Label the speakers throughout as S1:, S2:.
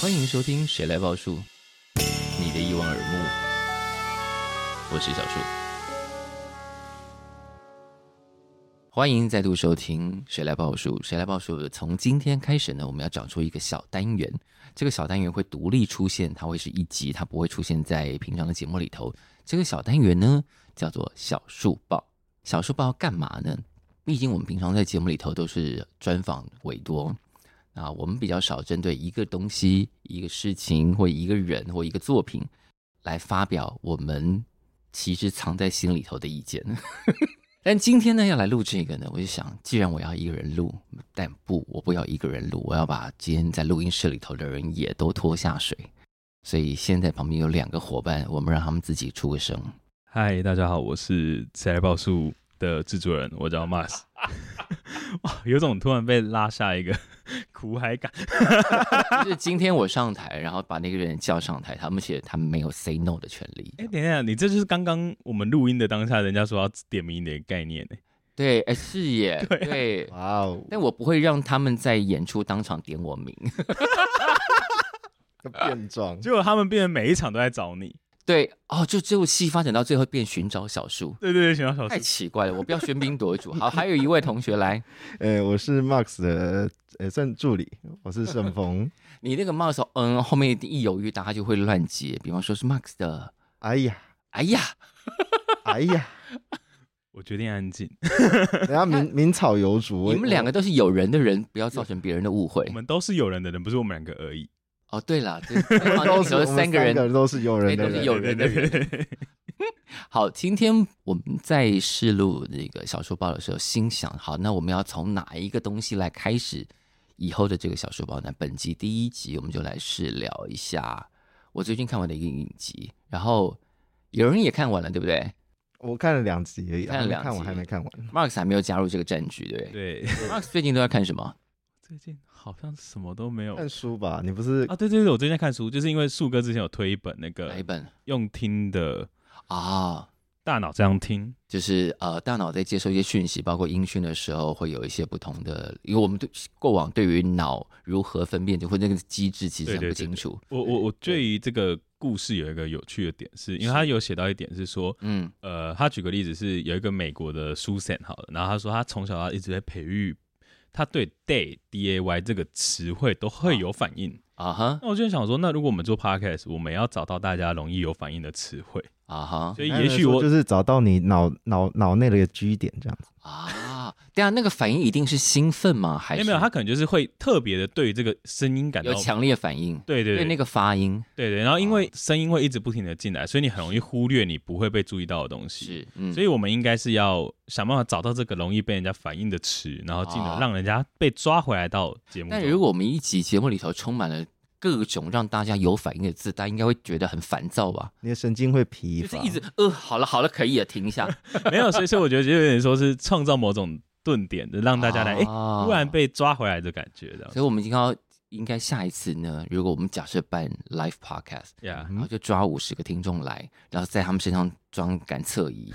S1: 欢迎收听《谁来报数》，你的一望而目，我是小树。欢迎再度收听《谁来报数》。《谁来报数》从今天开始呢，我们要找出一个小单元，这个小单元会独立出现，它会是一集，它不会出现在平常的节目里头。这个小单元呢，叫做小树报。小树报干嘛呢？毕竟我们平常在节目里头都是专访为多，啊，我们比较少针对一个东西、一个事情或一个人或一个作品来发表我们其实藏在心里头的意见。 但今天呢，要来录这个呢，我就想，既然我要一个人录，但不，我不要一个人录，我要把今天在录音室里头的人也都拖下水。所以现在旁边有两个伙伴，我们让他们自己出个声。
S2: 嗨，大家好，我是《谁来报数》的制作人，我叫 Mars。哇，有种突然被拉下一个 苦海感。
S1: 就是今天我上台，然后把那个人叫上台，他们写他们没有 say no 的权利。
S2: 哎、等一下，你这就是刚刚我们录音的当下，人家说要点名你的概念欸呢、
S1: 对，哎、是耶，对。
S3: 哇哦，
S1: 但我不会让他们在演出当场点我名。
S3: 要变装，
S2: 结果他们变成每一场都在找你。
S1: 对，哦，就这部戏发展到最后变寻找小树，
S2: 对对对，小小
S1: 太
S2: 树，
S1: 奇怪了，我不要喧宾夺主。好，还有一位同学来，
S3: 呃，我是 Max 的呃算助理，我是 盛峰。
S1: 你那个 mouse 嗯后面一犹豫，大家就会乱接，比方说是 Max 的，
S3: 哎呀，
S1: 哎呀，
S3: 哎呀，
S2: 我决定安静。
S3: 人家 名名草有主，我
S1: 你们两个都是有人的人，不要造成别人的误会
S2: 我。们都是有人的人，不是我们两个而已。
S1: 哦，对了， 这这好
S3: 我
S1: 像
S3: 都
S1: 有
S3: 是我们
S1: 三
S3: 三
S1: 个人。
S3: 都是有人
S1: 哎
S3: 的
S1: 都是
S3: 人，
S1: 有人的人
S2: 对对对对
S1: 好，今天我们在试录那个小书包的时候，心想，好，那我们要从哪一个东西来开始以后的这个小书包呢？本集第一集我们就来试聊一下我最近看完的一个影集，然后有人也看完了，对不对？
S3: 我看了两集而已，
S1: 看了两集
S3: 还没看完还没看完。
S1: Marks 还没有加入这个战局，对不对
S2: 嗯对，
S1: ？Marks 最近都在看什么？
S2: 最近好像什么都
S1: 哦
S2: 没有
S3: 看书吧，你不是
S2: 啊。对对对，我最近在看书，就是因为树哥之前有推一本那
S1: 哪一
S2: 个
S1: 本
S2: 用听的《
S1: 啊、
S2: 大脑这样听
S1: 就是呃，大脑在接收一些讯息，包括音讯的时候，会有一些不同的，因为我们对过往对于脑如何分辨，就会那个机制其实很
S2: 对对
S1: 不
S2: 对
S1: 清楚。
S2: 我我我对于这个故事有一个有趣的点是，因为他有写到一点是说，
S1: 嗯，
S2: 呃，他举个例子是有一个美国的 Susan 好了，然后他说他从小到一直在培育，他对 day d a y 这个词汇都会有反应。
S1: 啊哈，
S2: 那我就想说，那如果我们做 podcast，我们要找到大家容易有反应的词汇，
S1: 啊哈，
S2: 所以也许我
S3: 就是找到你脑脑脑内的一个 G 点这样子，
S1: 啊，对啊，那个反应一定是兴奋吗？还
S2: 哎、
S1: 是
S2: 没有，他可能就是会特别的对于这个声音感到
S1: 有强烈反应？
S2: 对对对
S1: 那个发音
S2: 对对，然后因为声音会一直不停的进来，所以你很容易忽略你不会被注意到的东西。
S1: 是，嗯，
S2: 所以我们应该是要想办法找到这个容易被人家反应的词，然后进而
S3: 啊
S2: 让人家被抓回来到节目中。
S1: 但如果我们一集节目里头充满了各种让大家有反应的字，大家应该会觉得很烦躁吧？
S3: 你的神经会 疲
S1: 就
S3: 乏
S1: 是，一直呃，好了好了，可以了，停一下，
S2: 没有，所以所以我觉得就有点说是创造某种顿点，让大家来哎、
S1: 啊
S2: 突然被抓回来的感觉这 样
S1: 所以我们应该要应该下一次呢，如果我们假设办 live podcast，
S2: 呀
S3: 嗯
S1: 然后就抓五十个听众来，然后在他们身上装感测 仪，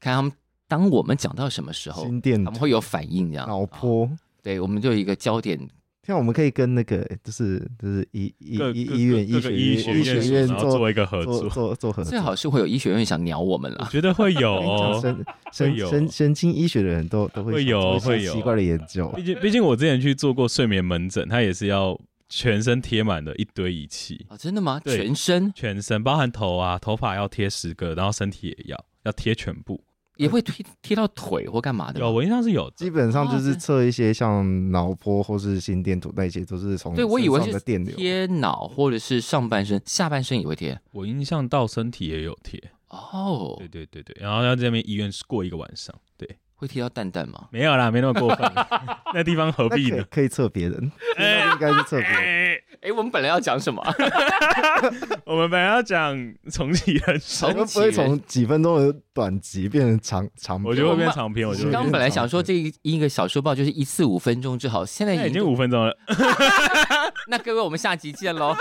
S1: 看他们当我们讲到什么时候，
S3: 心电
S1: 他们会啊有反应这样。
S3: 脑波。
S1: 对，我们就有一个焦点，
S3: 嗯像我们可以跟那个就是就是医医
S2: 各
S3: 医
S2: 各
S3: 医院
S2: 各
S3: 医
S2: 各
S3: 学
S2: 个
S3: 医
S2: 学
S3: 医学院
S2: 然后做一个合
S3: 做
S2: 作，
S3: 做做合作，
S1: 最好是会有医学院想鸟我们
S2: 我
S1: 啦。
S2: 觉得会有
S3: 讲
S2: 哦。
S3: 神神
S2: 有
S3: 神神经医学的人都都会
S2: 会有
S3: 做一些
S2: 会有
S3: 奇怪的研究
S2: 毕，竟毕竟我之前去做过睡眠门诊，它也是要全身贴满的一堆仪器，
S1: 哦，真的吗？
S2: 对
S1: 全身
S2: 全身包含头啊，头发要贴十个，然后身体也要要贴全部。
S1: 也会贴贴到腿或干嘛的吗？
S2: 有，我印象是有的
S3: 基本上就
S1: 哇
S3: 是
S1: 这
S3: 测一些像脑波或是心电图那些，都是从
S1: 对，我以为
S3: 身
S1: 是
S3: 上的电流。
S1: 贴脑或者是上半身，下半身也会贴。
S2: 我印象到身体也有贴，
S1: 哦
S2: 对，对对对，然后要在那边医院过一个晚上，对，
S1: 会贴到蛋蛋吗？
S2: 没有啦，没那么过分， 那地方何
S3: 那可
S2: 必
S3: 以
S2: 呢？
S3: 可以测 别人，那应该是测别人。
S1: 哎，我们本来要讲什么？
S2: 我们本来要讲重哎启人生，
S3: 我们不会从几分钟的短集变成长长
S2: 我
S3: 篇，
S2: 觉得会变长篇，我觉
S3: 有
S2: 得
S3: 点
S1: 刚刚
S2: 会变
S1: 本来想说这一一个小书报就是一次五分钟之后，现在
S2: 现在
S1: 已
S2: 已
S1: 经
S2: 经五分钟了，
S1: 那各位我们下集见喽。